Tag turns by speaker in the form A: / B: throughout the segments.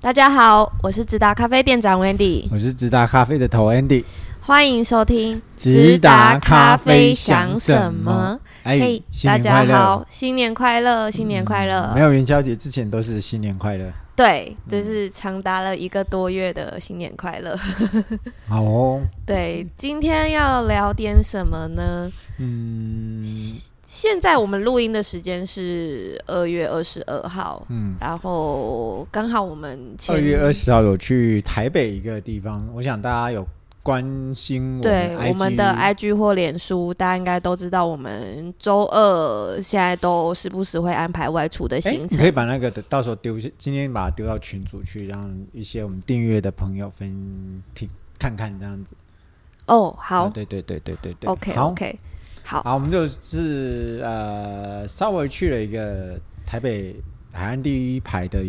A: 大家好，我是直达咖啡店长 Wendy，
B: 我是直达咖啡的头 Andy。
A: 欢迎收听
B: 直达咖啡想什么？哎
A: 嘿，
B: 新
A: 大
B: 年
A: 家
B: 快乐！嗯呃
A: 好，新年快乐，新年快乐！
B: 没有元宵节之前都是新年快乐。
A: 对，这是长达了一个多月的新年快乐。
B: 好哦，
A: 对，今天要聊点什么呢？
B: 嗯
A: 现在我们录音的时间是二月二十二号，
B: 嗯，
A: 然后刚好我们前
B: 二月二十号有去台北一个地方，我想大家有关心我
A: 对
B: 们 IG,
A: 我们的
B: 哎
A: IG 或脸书，大家应该都知道，我们周二现在都时不时会安排外出的
B: 哎
A: 行
B: 你可以
A: 程。
B: 把那个的到时候丢下，今天把它丢到群组去，让一些我们订阅的朋友分听看看这样子。
A: 哦，好
B: 啊对对对对对对
A: o k
B: 好
A: OK，好，
B: 好，我们就是呃，稍微去了一个台北海岸第一排的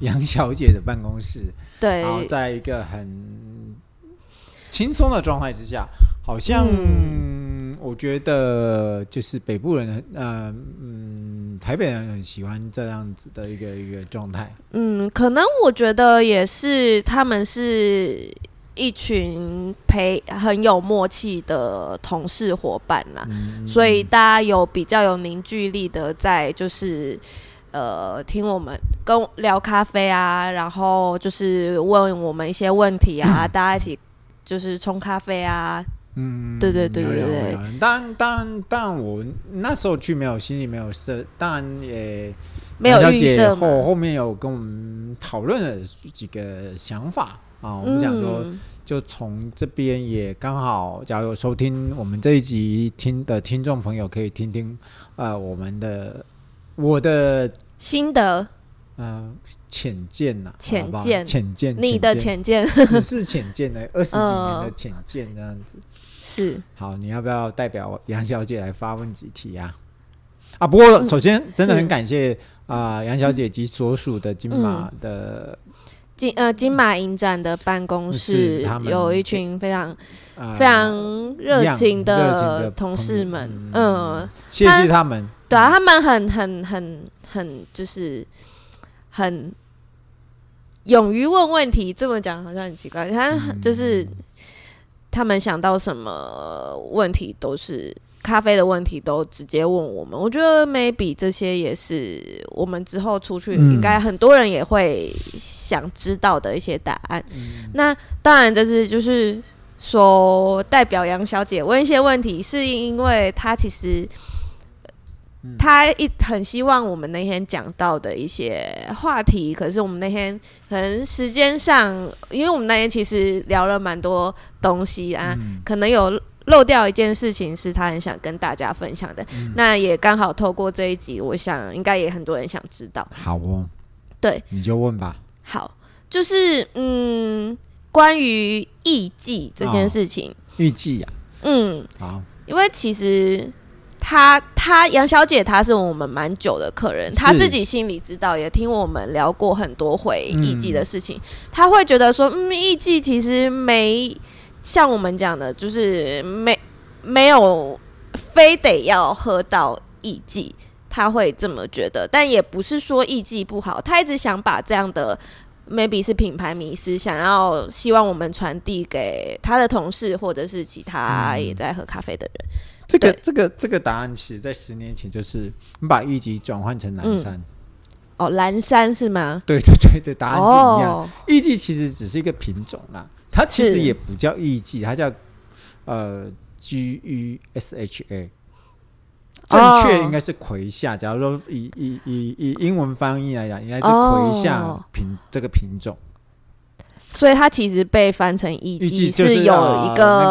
B: 杨小姐的办公室，
A: 对
B: 然，后在一个很轻松的状态之下，好像、
A: 嗯
B: 我觉得就是北部人很呃嗯，台北人很喜欢这样子的一个一个状态，
A: 嗯，可能我觉得也是，他们是一群陪很有默契的同事伙伴啦，
B: 嗯
A: 所以大家有比较有凝聚力的，在就是呃听我们跟我聊咖啡啊，然后就是问我们一些问题啊，大家一起就是冲咖啡啊，
B: 嗯，
A: 对对对
B: 有
A: 对
B: 两
A: 对
B: 有两当然，当然，当然，我那时候去没有心里没有设，当然也
A: 没有
B: 小
A: 预
B: 姐
A: 设嘛
B: 后后面有跟我们讨论了几个想法啊，我们讲说，
A: 嗯
B: 就从这边也刚好，假如有收听我们这一集听的听众朋友，可以听听呃我们的我的
A: 心得，
B: 呃浅见呐，
A: 浅
B: 好不好
A: 见
B: 浅见，
A: 你的浅
B: 浅
A: 见
B: 见只是浅见的二十几年的
A: 嗯
B: 浅见这样子。
A: 是
B: 好，你要不要代表杨小姐来发问几题啊？啊，不过首先真的
A: 是
B: 很感谢啊、杨小姐及所属的金
A: 嗯
B: 马的
A: 金呃金马影展的办公
B: 嗯是
A: 室
B: 他们
A: 有一群非常。
B: 啊、
A: 非常热情
B: 热情
A: 的
B: 的
A: 同事们，
B: 朋友
A: 嗯，
B: 谢谢他们。
A: 对啊，他们很很很很就是很勇于问问题，这么讲好像很奇怪，他
B: 嗯
A: 就是他们想到什么问题都是。咖啡的问题都直接问我们，我觉得 maybe 这些也是我们之后出去
B: 嗯
A: 应该很多人也会想知道的一些答案。
B: 嗯
A: 那当然，这是就是说代表杨小姐问一些问题，是因为她其实呃
B: 嗯
A: 她一很希望我们那天讲到的一些话题，可是我们那天可能时间上，因为我们那天其实聊了蛮多东西啊，
B: 嗯
A: 可能有漏掉一件事情是她很想跟大家分享的，
B: 嗯
A: 那也刚好透过这一集，我想应该也很多人想知道。
B: 好哦，
A: 对，
B: 你就问吧。
A: 好，就是嗯，关于艺妓这
B: 哦
A: 件事情，
B: 预计呀、
A: 嗯，
B: 好，
A: 因为其实她她杨小姐她是我们蛮久的客人，
B: 是
A: 她自己心里知道，也听我们聊过很多回艺妓的事情，她会觉得说，嗯，艺妓其实没像我们讲的，就是没没有非得要喝到艺妓。她会这么觉得，但也不是说艺妓不好，她一直想把这样的 maybe 是品牌迷思，想要希望我们传递给他的同事或者是其他也在喝咖啡的人。
B: 这个
A: 对
B: 这个这个答案，其实在十年前就是你把一级转换成南山，
A: 哦，蓝山是吗？
B: 对对对对，答案是一样的。
A: 哦，
B: 艺妓 E 其实只是一个品种啦，它其实
A: 是
B: 也不叫艺妓，它叫呃 G U S H A。正
A: 哦
B: 确应该是葵下，假如说以以以以英文翻译来讲，应该是葵下
A: 哦
B: 品、这个品种。
A: 所以它其实被翻成艺
B: 艺妓
A: 妓
B: 就是
A: 有
B: 呃
A: 一
B: 那
A: 个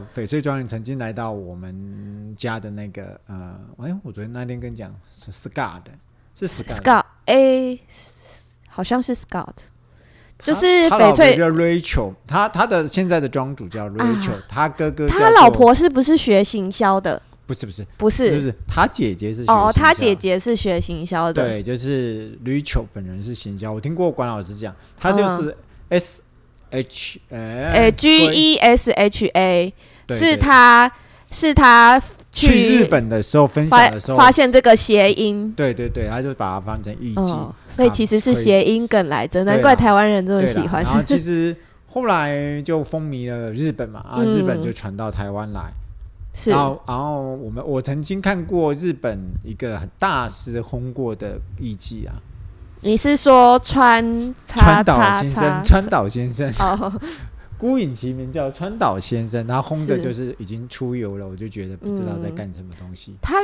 B: 个翡翠庄园曾经来到我们家的那个呃，哎，我昨天那天跟你讲是 Scar 的，是 Scar，
A: Scott A，好像是 Scott，
B: 他
A: 就是
B: 他老
A: 翡
B: 婆
A: 翠
B: 叫 Rachel，他他的现在的庄主叫 Rachel，、他哥哥叫
A: 啊他老
B: 做
A: 婆是不是学行销的？
B: 不是不是
A: 不
B: 是不
A: 是，
B: 是他姐姐是学
A: 哦，
B: 行
A: 他
B: 销
A: 姐姐是学行销的。
B: 对，就是 Rachel 本人是行销，我听过管老师讲，他就是
A: 嗯
B: S H
A: 诶
B: 呃
A: ，G E S H A
B: 对
A: 是
B: 对
A: 他是他
B: 去日本的时候分
A: 发
B: 享的时候，
A: 发现这个谐音，
B: 对对对，他就把它翻成艺伎，
A: 哦，所以其实是
B: 啊可以
A: 谐音梗来着，难
B: 对
A: 怪
B: 啦
A: 台湾人这么
B: 对
A: 喜
B: 啦
A: 欢。
B: 然后 其实后来就风靡了日本嘛，啊，
A: 嗯
B: 日本就传到台湾来。
A: 是，
B: 然后，然后我们我曾经看过日本一个很大师烘过的艺伎啊，
A: 你是说川叉
B: 川岛
A: 叉
B: 先
A: 叉
B: 生，？川岛先生，
A: 哦，
B: 孤影其名叫川岛先生，他烘的
A: 是
B: 就是已经出油了，我就觉得不知道在
A: 嗯
B: 干什么东西。
A: 他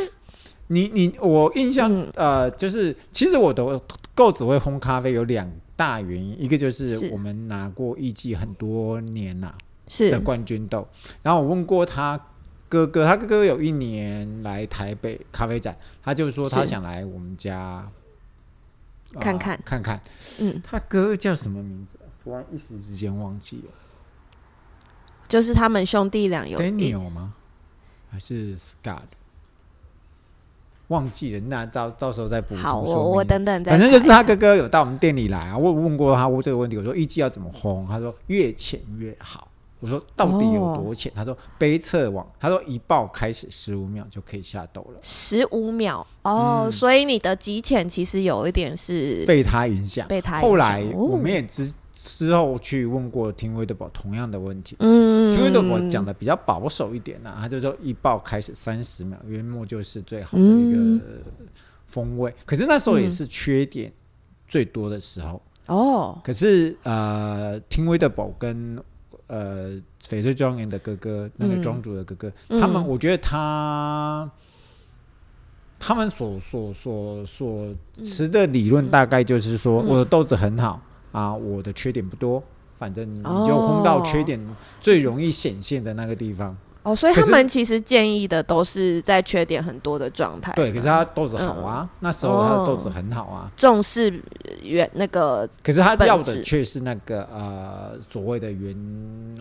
B: 你你我印象、
A: 嗯
B: 呃，就是其实我的够只会烘咖啡有两大原因，一个就是
A: 是
B: 我们拿过艺伎很多年呐、的
A: 是
B: 冠军豆，然后我问过他哥哥，他哥哥有一年来台北咖啡展，他就说他
A: 是
B: 想来我们家、呃
A: 看看
B: 看看，
A: 嗯，
B: 他哥叫什么名字啊？突然一时之间忘记了
A: 就是他们兄弟俩有一
B: ，Daniel 吗？还是 Scott？忘记了，那到到时候再补充
A: 好，
B: 说
A: 我我
B: 明
A: 等等再
B: 反正就是
A: 查
B: 他哥哥有到我们店里来啊，我有问过他我这个问题，我说一季要怎么烘？他说越浅越好。我说到底有多浅？他说杯测网，他说一爆开始十五秒就可以下豆了。
A: 十五秒哦，
B: 嗯
A: 所以你的极浅其实有一点是
B: 被他影响，
A: 被他影响
B: 后来
A: 哦
B: 我们也之之后去问过听威德堡同样的问题，
A: 嗯，
B: 听威德堡讲的比较保守一点啊，他就说一爆开始三十秒，约莫就是最好的一
A: 嗯
B: 个风味。可是那时候也是缺点最多的时候。
A: 哦，
B: 可是呃，听威的宝跟呃翡翠庄园的哥哥，那个
A: 嗯
B: 庄主的哥哥，
A: 嗯
B: 他们我觉得他他们所所所所持的理论大概就是
A: 嗯
B: 说，我的豆子很好啊，我的缺点不多。反正你
A: 哦
B: 就烘到缺点最容易显现的那个地方，
A: 哦，所以
B: 可
A: 他
B: 是
A: 们其实建议的都是在缺点很多的状态嘛，
B: 对。可是他豆子好
A: 嗯
B: 啊，那时候他的豆
A: 哦
B: 子很好啊，
A: 重视呃原那个
B: 可是他
A: 本
B: 要
A: 质
B: 的却是那个呃所谓的原，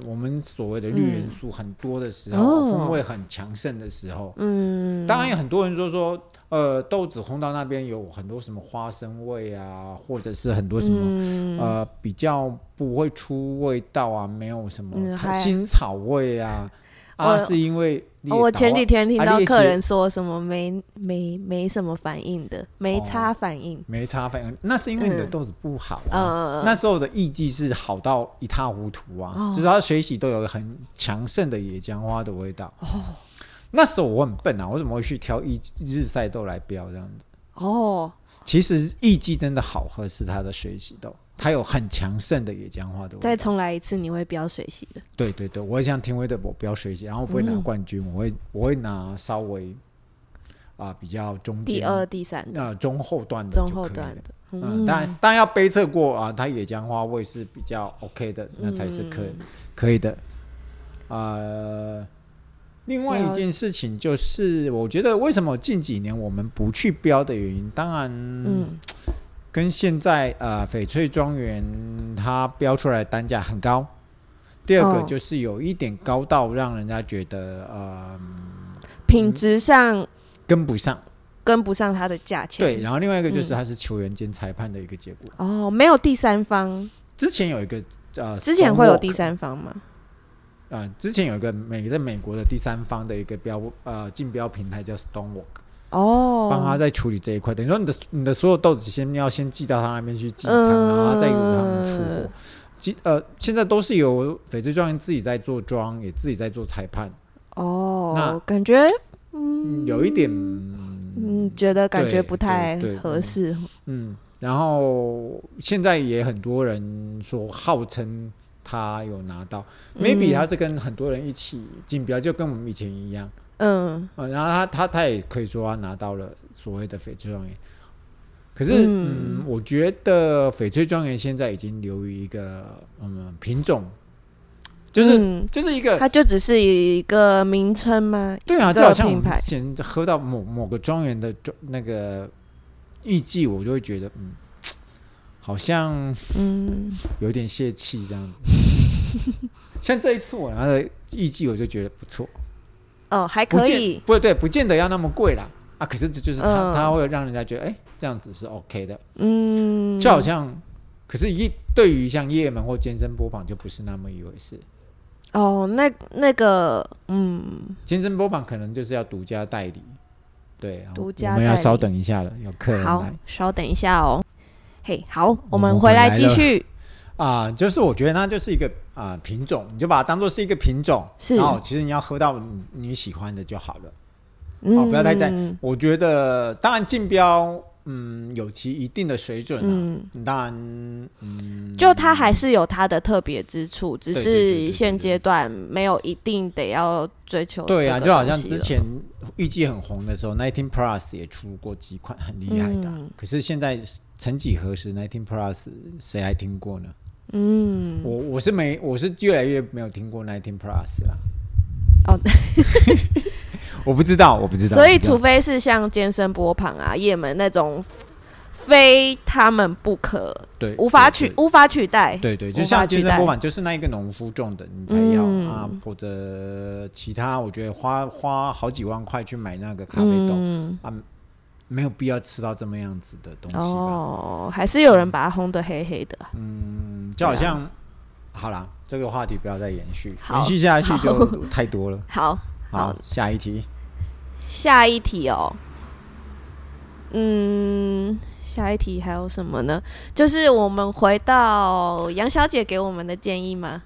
B: 我们所谓的绿元素很多的时候，
A: 哦
B: 风味很强盛的时候。
A: 嗯，
B: 当然，很多人说说，呃，豆子烘到那边有很多什么花生味啊，或者是很多什么、
A: 嗯
B: 呃比较不会出味道啊，没有什么
A: 嗯
B: 它
A: 还
B: 新草味啊。啊，
A: 我
B: 是因为你
A: 哦我前几天听
B: 啊
A: 到
B: 你也
A: 客
B: 写
A: 人说什么没没没什么反应的，没
B: 哦
A: 差反应，
B: 没差，反正那是因为你的
A: 嗯
B: 豆子不好啊。
A: 呃，
B: 那时候的艺伎是好到一塌糊涂啊，
A: 哦
B: 就是它水洗都有很强盛的野姜花的味道。
A: 哦
B: 那时候我很笨啊，我怎么会去挑一日晒豆来标这样子？
A: 哦，
B: 其实艺伎真的好喝是它的水洗豆，它有很强盛的野姜花的
A: 再
B: 味道。
A: 重来一次，你会标水洗的，
B: 对对对，我会像天威的我标水洗，然后我不会拿冠军，
A: 嗯
B: 我会我会拿稍微啊、比较中间
A: 第二、第三的，
B: 呃中后段的
A: 中
B: 就
A: 后
B: 可以
A: 段
B: 了
A: 的，
B: 嗯，当然，当然要杯测过啊，它野姜花味是比较 OK 的，那才是可以、
A: 嗯
B: 可以的。呃，另外一件事情就是，我觉得为什么近几年我们不去标的原因，当然
A: 嗯，
B: 跟现在呃翡翠庄园它标出来的单价很高，第二个
A: 哦
B: 就是有一点高到让人家觉得呃
A: 品质上
B: 跟不上，
A: 跟不上它的价钱，
B: 对，然后另外一个就是
A: 嗯
B: 它是球员兼裁判的一个结果。
A: 哦，没有第三方，
B: 之前有一个呃，
A: 之前会有
B: Stonewall
A: 第三方吗？
B: 啊，之前有一个美在美国的第三方的一个标呃竞标平台叫 Stonewalk，
A: 哦，
B: 帮他在处理这一块，等于说你的你的所有豆子先要先寄到他那边去寄仓，
A: 呃
B: 然后他再由他们出货
A: 嗯。
B: 寄呃，现在都是由翡翠庄园自己在做庄，也自己在做裁判，那
A: 哦，感觉
B: 嗯有一点
A: 嗯，觉得感觉
B: 对
A: 不太
B: 对对
A: 合适，
B: 嗯，然后现在也很多人说号称他有拿到
A: 嗯
B: ，maybe 他是跟很多人一起竞标，就跟我们以前一样。
A: 嗯，
B: 呃，然后他他他也可以说他拿到了所谓的翡翠庄园，可是嗯
A: 嗯
B: 我觉得翡翠庄园现在已经流于一个嗯品种，就是、
A: 嗯
B: 就是一个
A: 它就只是一个名称吗？
B: 对啊，
A: 一
B: 就
A: 个
B: 好像我
A: 品
B: 们
A: 牌
B: 之前喝到某某个庄园的庄那个艺妓，我就会觉得嗯，好像
A: 嗯，
B: 有点泄气这样子。 像这一次我拿的艺妓，我就觉得不错，
A: 哦，还
B: 不
A: 可
B: 见
A: 以，
B: 不对，不见得要那么贵啦。啊，可是这就是它，
A: 嗯
B: 它会让人家觉得，哎、这样子是 OK 的，
A: 嗯，
B: 就好像，可是一对于像叶门或健身波榜就不是那么一回事。
A: 哦，那那个，嗯，
B: 健身波板可能就是要独家代理，对，然后
A: 独家
B: 我们要
A: 代理
B: 稍等一下了，有客人
A: 好
B: 来，
A: 稍等一下哦。嘿，好，我
B: 我们
A: 们
B: 回
A: 回来
B: 来
A: 继
B: 了
A: 续。
B: 啊、就是我觉得它就是一个啊、品种，你就把它当做是一个品种，
A: 是
B: 然后其实你要喝到你你喜欢的就好了。
A: 嗯，
B: 哦不要太在我觉得当然竞标，嗯，有其一定的水准啊，
A: 嗯，
B: 当然，嗯，
A: 就它还是有它的特别之处，只
B: 对对对对
A: 是
B: 对
A: 现阶段没有一定得要追求。
B: 对啊，就好像之前预计很红的时候，Nineteen Plus 也出过几款很厉害的啊、
A: 嗯
B: 可是现在曾几何时，Nineteen Plus 谁还听过呢？
A: 嗯，
B: 我我是没，我是越来越没有听过 Nineteen Plus 啦。
A: 哦，
B: 我不知道，我不知道。
A: 所
B: 我
A: 以
B: 不知道
A: 除非是像健身波旁啊、叶门那种非他们不可、
B: 对
A: 无法
B: 对
A: 取无法取代。
B: 对对，
A: 无
B: 就
A: 法
B: 像
A: 取
B: 健身
A: 代
B: 波板，就是那一个农夫种的，你才要、
A: 嗯
B: 啊，或者其他，我觉得花花好几万块去买那个咖啡豆、
A: 嗯，
B: 啊，没有必要吃到这么样子的东西吧？
A: 哦，还是有人把它烘得黑黑的。
B: 嗯，
A: 啊
B: 就好像、好啦，这个话题不要再延续，
A: 好
B: 延续下去
A: 好
B: 就太多了。
A: 好，
B: 好
A: 好，
B: 下一题，
A: 下一题哦，嗯，下一题还有什么呢？就是我们回到杨小姐给我们的建议吗？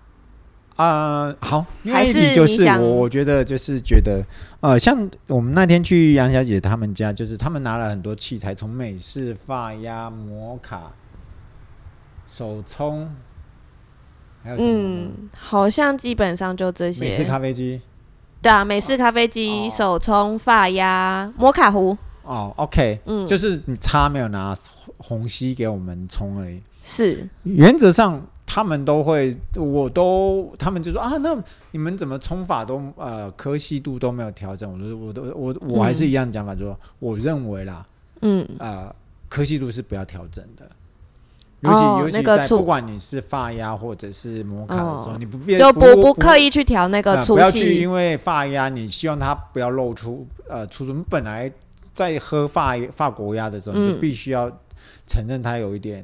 B: 啊，好，另外
A: 还
B: 一
A: 是
B: 题就
A: 你
B: 是
A: 想
B: 我我觉得就是觉得，呃，像我们那天去杨小姐他们家，就是他们拿了很多器材，从美式发压、摩卡、手冲，还有什么呢？
A: 嗯，好像基本上就这
B: 美式
A: 些。
B: 咖啡机。
A: 对啊，美式咖啡机、
B: 哦
A: 手冲、发压、摩卡壶，
B: 哦，OK，
A: 嗯，
B: 就是你差没有拿虹吸给我们冲而已。
A: 是
B: 原则上他们都会，我都他们就说啊，那你们怎么冲法都呃科系度都没有调整？我就说我都我我还是一样讲法，就说我认为啦，
A: 嗯，
B: 呃，科系度是不要调整的。尤其、
A: 哦
B: 尤其
A: 那个
B: 在
A: 醋
B: 不管你是发压或者是摩卡的时候，
A: 哦
B: 你不变
A: 就不不
B: 不
A: 刻意去调那
B: 呃
A: 个粗
B: 不要去
A: 细，
B: 因为发压，你希望它不要露出呃出出。你本来在喝法法国压的时候，你就
A: 嗯
B: 必须要承认它有一点、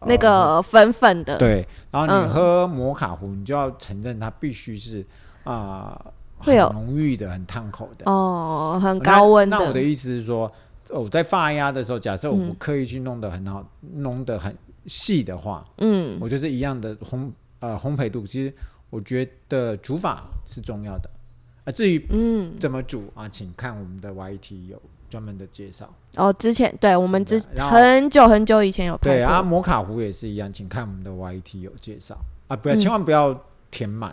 B: 呃
A: 那个粉粉的，
B: 对，然后
A: 嗯
B: 你喝摩卡壶，你就要承认它必须是啊、呃
A: 会有
B: 很浓郁的、很烫口的、
A: 哦，很
B: 那
A: 高温
B: 那我的
A: 的，
B: 意思是说，呃我在发压的时候，假设我不
A: 嗯
B: 刻意去弄得很好、弄得很细的话，
A: 嗯，
B: 我就是一样的烘呃烘焙度。其实我觉得煮法是重要的啊、至于
A: 嗯，
B: 怎么煮啊，请看我们的 YT 有专门的介绍。
A: 哦，之前对我们之
B: 然后
A: 很久很久以前有
B: 对
A: 拍
B: 啊，
A: 过，
B: 摩卡壶也是一样，请看我们的 YT 有介绍啊，不要、
A: 嗯
B: 千万不要填满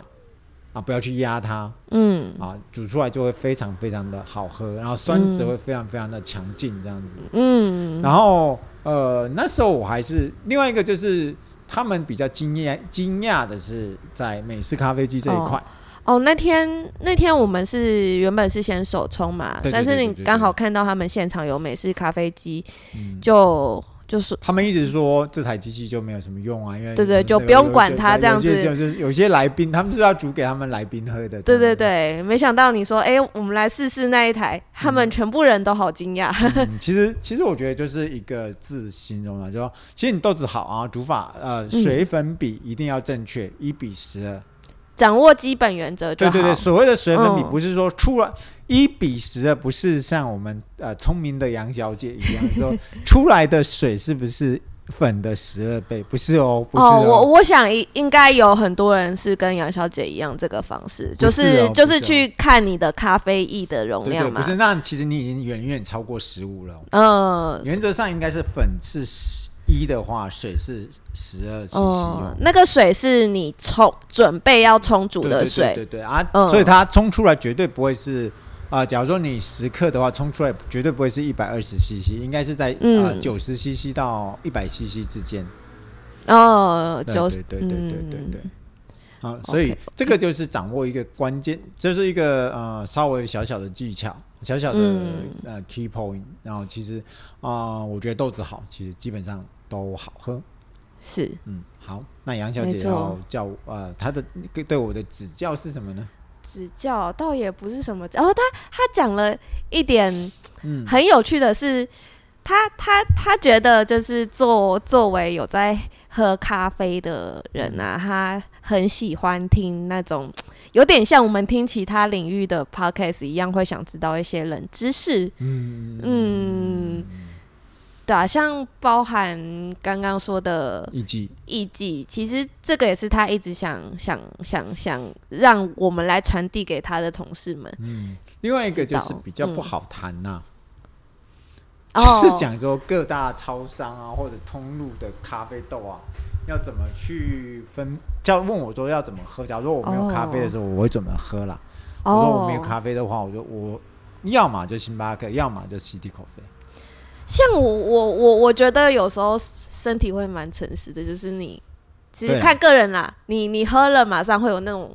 B: 啊，不要去压它
A: 嗯
B: 啊，煮出来就会非常非常的好喝，然后酸值
A: 嗯
B: 会非常非常的强劲这样子。
A: 嗯，
B: 然后呃，那时候我还是另外一个就是他们比较惊讶惊讶的是在美式咖啡机这一块，
A: 哦，那天那天我们是原本是先手冲嘛，
B: 对对
A: 但是
B: 对
A: 你
B: 对对
A: 刚好看到他们现场有美式咖啡机，
B: 嗯
A: 就就是
B: 他们一直说这台机器就没有什么用啊，因为
A: 对对
B: 有
A: 就不用
B: 有有
A: 管
B: 些
A: 它这样
B: 有
A: 子
B: 些就是有些来宾他们是要煮给他们来宾喝的，
A: 对对对，没想到你说哎、我们来试试那一台，他们全部人都好惊讶，
B: 嗯，其实其实我觉得就是一个字形容啊了，就说其实你豆子好啊，煮法呃
A: 嗯
B: 水粉比一定要正确，一、比十二。
A: 掌握基本原则就
B: 对
A: 好。
B: 对对，所谓的水粉比
A: 嗯
B: 不是说出来一、比十二，不是像我们呃聪明的杨小姐一样说 出来的水是不是粉的十二倍？不是哦，不是
A: 哦，我
B: 哦。
A: 我想应应该有很多人是跟杨小姐一样这个方式，
B: 不
A: 就是
B: 哦
A: 就
B: 不是
A: 是
B: 哦
A: 去看你的咖啡液的容
B: 对
A: 量
B: 对，
A: 嘛。
B: 不是，那其实你已经远远超过十五了哦。
A: 嗯，
B: 原则上应该是粉是十一的话，水是十二 cc
A: 哦
B: 哦，
A: 那个水是你冲准备要冲煮的水，
B: 对对对对对啊，
A: 嗯
B: 所以它冲出来绝对不会是啊、呃假如说你十克的话，冲出来绝对不会是一百二十 CC，应该是在呃
A: 嗯
B: 九十 CC 到一百 CC 之间。
A: 哦，
B: 对
A: 九嗯
B: 对对对对对对。啊，
A: OK
B: 所以这个就是掌握一个关键，这、是一个呃稍微小小的技巧，小小的、
A: 嗯
B: 呃 key point。然后其实啊、呃我觉得豆子好，其实基本上都好喝。
A: 是
B: 嗯，好，那杨小
A: 没
B: 姐
A: 错
B: 要叫我呃她的对我的指教是什么呢？
A: 指教，倒也不是什么。然、后他他讲了一点
B: 嗯，
A: 很有趣的是，他他他觉得就是作作为有在喝咖啡的人啊，他很喜欢听那种有点像我们听其他领域的 podcast 一样，会想知道一些冷知识。
B: 嗯
A: 嗯，对啊，像包含刚刚说的
B: 以及
A: 艺伎，其实这个也是他一直想想想想让我们来传递给他的同事们。
B: 嗯，另外一个就
A: 知
B: 是
A: 道
B: 比较不
A: 嗯
B: 好谈呐、
A: 哦
B: 嗯就是讲说各大超商啊或者通路的咖啡豆啊，要怎么去分？叫问我说要怎么喝？假如说我没有咖啡的时候，我会怎么喝啦？
A: 哦
B: 我说我没有咖啡的话，我就我要么就星巴克，要么就西提口啡。
A: 像我我我我觉得有时候身体会蛮诚实的，就是你其
B: 对
A: 实
B: 啊
A: 看个人啦，你你喝了马上会有那种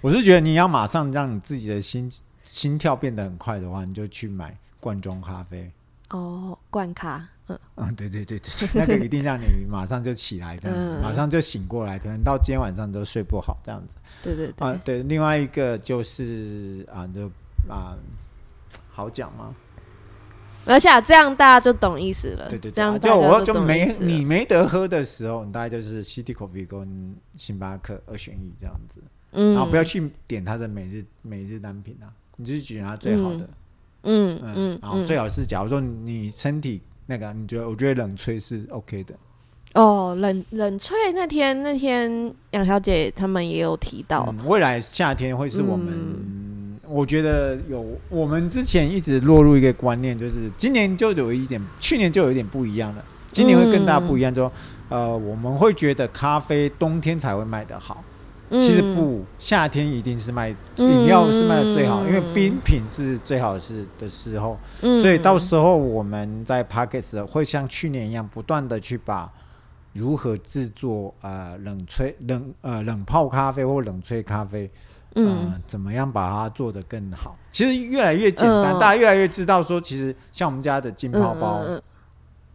B: 我是觉得你要马上让你自己的心心跳变得很快的话，你就去买罐装咖 啡。
A: 哦灌咖，嗯
B: 啊、对对对对，那个一定让你马上就起来，这样子，
A: 嗯
B: 马上就醒过来，可能到今天晚上都睡不好这样子
A: 对对对，
B: 啊。对，另外一个就是啊，就啊，好讲吗？
A: 而且、啊、这样大家就懂意思了，
B: 对对
A: 这
B: 对，啊
A: 样大
B: 就
A: 家
B: 我就
A: 懂意
B: 没
A: 思了
B: 你没得喝的时候，你大概就是西提 coffee 跟星巴克二选一这样子，然后
A: 嗯
B: 不要去点它的每日每日单品啊，你就选它最好的。
A: 嗯
B: 嗯
A: 嗯，
B: 然后最好是，假如说你身体那个，你觉得我觉得冷萃是 OK 的，
A: 哦冷冷萃那天那天杨小姐他们也有提到，嗯
B: 嗯未来夏天会是我们，我觉得有我们之前一直落入一个观念，就是今年就有一点，去年就有一点不一样了，今年会更大不一样，
A: 嗯
B: 就呃，我们会觉得咖啡冬天才会卖得好，
A: 嗯
B: 其实不，夏天一定是卖饮料是卖的最好，
A: 嗯
B: 因为冰品是最好是的时候，
A: 嗯
B: 所以到时候我们在 p o c k e t 会像去年一样，不断的去把如何制作呃冷萃冷呃冷泡咖啡或冷萃咖啡，
A: 嗯
B: 呃，怎么样把它做得更好？其实越来越简单，
A: 嗯
B: 大家越来越知道说，其实像我们家的浸泡包，
A: 嗯嗯嗯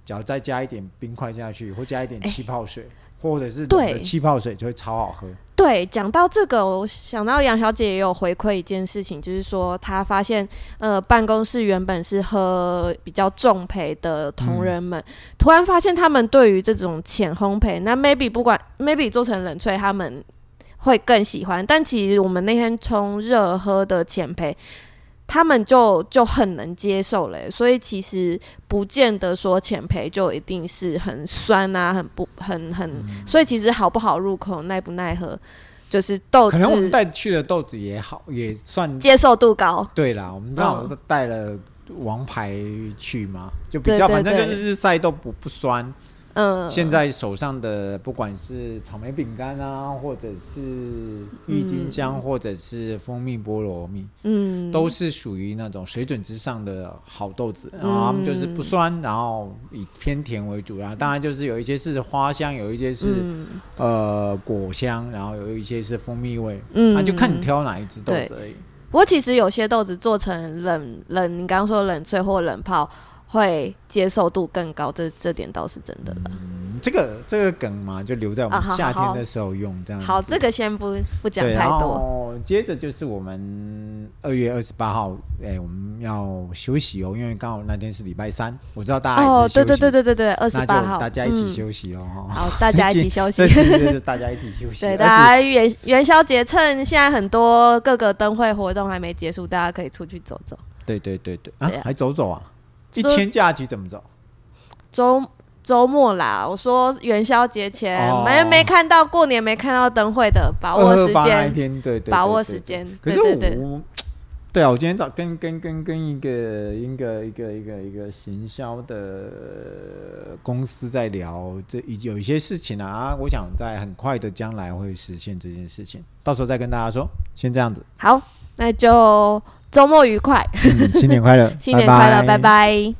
B: 只要再加一点冰块下去，或加一点
A: 哎
B: 气泡水，或者是冷
A: 对
B: 的气泡水，就会超好喝。
A: 对，讲到这个，我想到杨小姐也有回馈一件事情，就是说她发现，呃，办公室原本是喝比较重焙的同仁们，突然发现他们对于这种浅烘焙，那 maybe 不管 maybe 做成冷萃，他们会更喜欢。但其实我们那天冲热喝的浅焙，他们就就很能接受嘞。所以其实不见得说浅焙就一定是很酸啊，很不很很。
B: 嗯
A: 所以其实好不好入口，耐不耐喝，就是豆
B: 可能我们
A: 子
B: 带去的豆子也好，也算
A: 接受度高。
B: 对啦，我们刚好是带了王牌去嘛，就比
A: 对
B: 较
A: 对
B: 反正就
A: 对
B: 是日晒豆不不酸。
A: 嗯，
B: 现在手上的不管是草莓饼干啊，或者是郁金香，或者是蜂蜜菠萝蜜，
A: 嗯
B: 都是属于那种水准之上的好豆子。然后它们就是不酸，然后以偏甜为主。然后当然就是有一些是花香，有一些是、
A: 嗯
B: 呃果香，然后有一些是蜂蜜味。
A: 嗯
B: 啊，就看你挑哪一只豆子而已。
A: 不过其实有些豆子做成冷冷，你刚刚说冷萃或冷泡，会接受度更高，这这点倒是真的了。
B: 嗯这个这个梗嘛，就留在我们
A: 啊好
B: 夏
A: 好
B: 天
A: 好
B: 的时候用，这样子。
A: 好，这个先不不讲
B: 对，
A: 太
B: 然
A: 多。
B: 后接着就是我们二月二十八号，哎、我们要休息哦，因为刚好那天是礼拜三，我知道大家
A: 哦，
B: 也是休息
A: 对对对，对对对，二
B: 那
A: 十八号，
B: 就大家一起
A: 嗯。
B: 休息喽哈。
A: 好，大家一起休息
B: 这。次就是大家一起休息，
A: 对，大家
B: 而且
A: 元元宵节趁现在很多各个灯会活动还没结束，大家可以出去走走。
B: 对对对对啊
A: 对，啊
B: 还走走啊，一
A: 所以
B: 天假期怎么走？
A: 周周末啦，我说元宵节前、
B: 哦
A: 没没看到过年没看到灯会的，把握时
B: 228那一
A: 间。
B: 天，对对对，
A: 把握
B: 对
A: 时间
B: 对
A: 对
B: 可
A: 对
B: 是
A: 对
B: 我，对啊，我今天早跟跟跟跟一个一个一个一个一个行销的公司在聊这一有一些事情啊啊，我想在很快的将来会实现这件事情，到时候再跟大家说。先这样子，
A: 好，那就周末愉快，
B: 嗯新年快乐
A: ，新年快乐，拜拜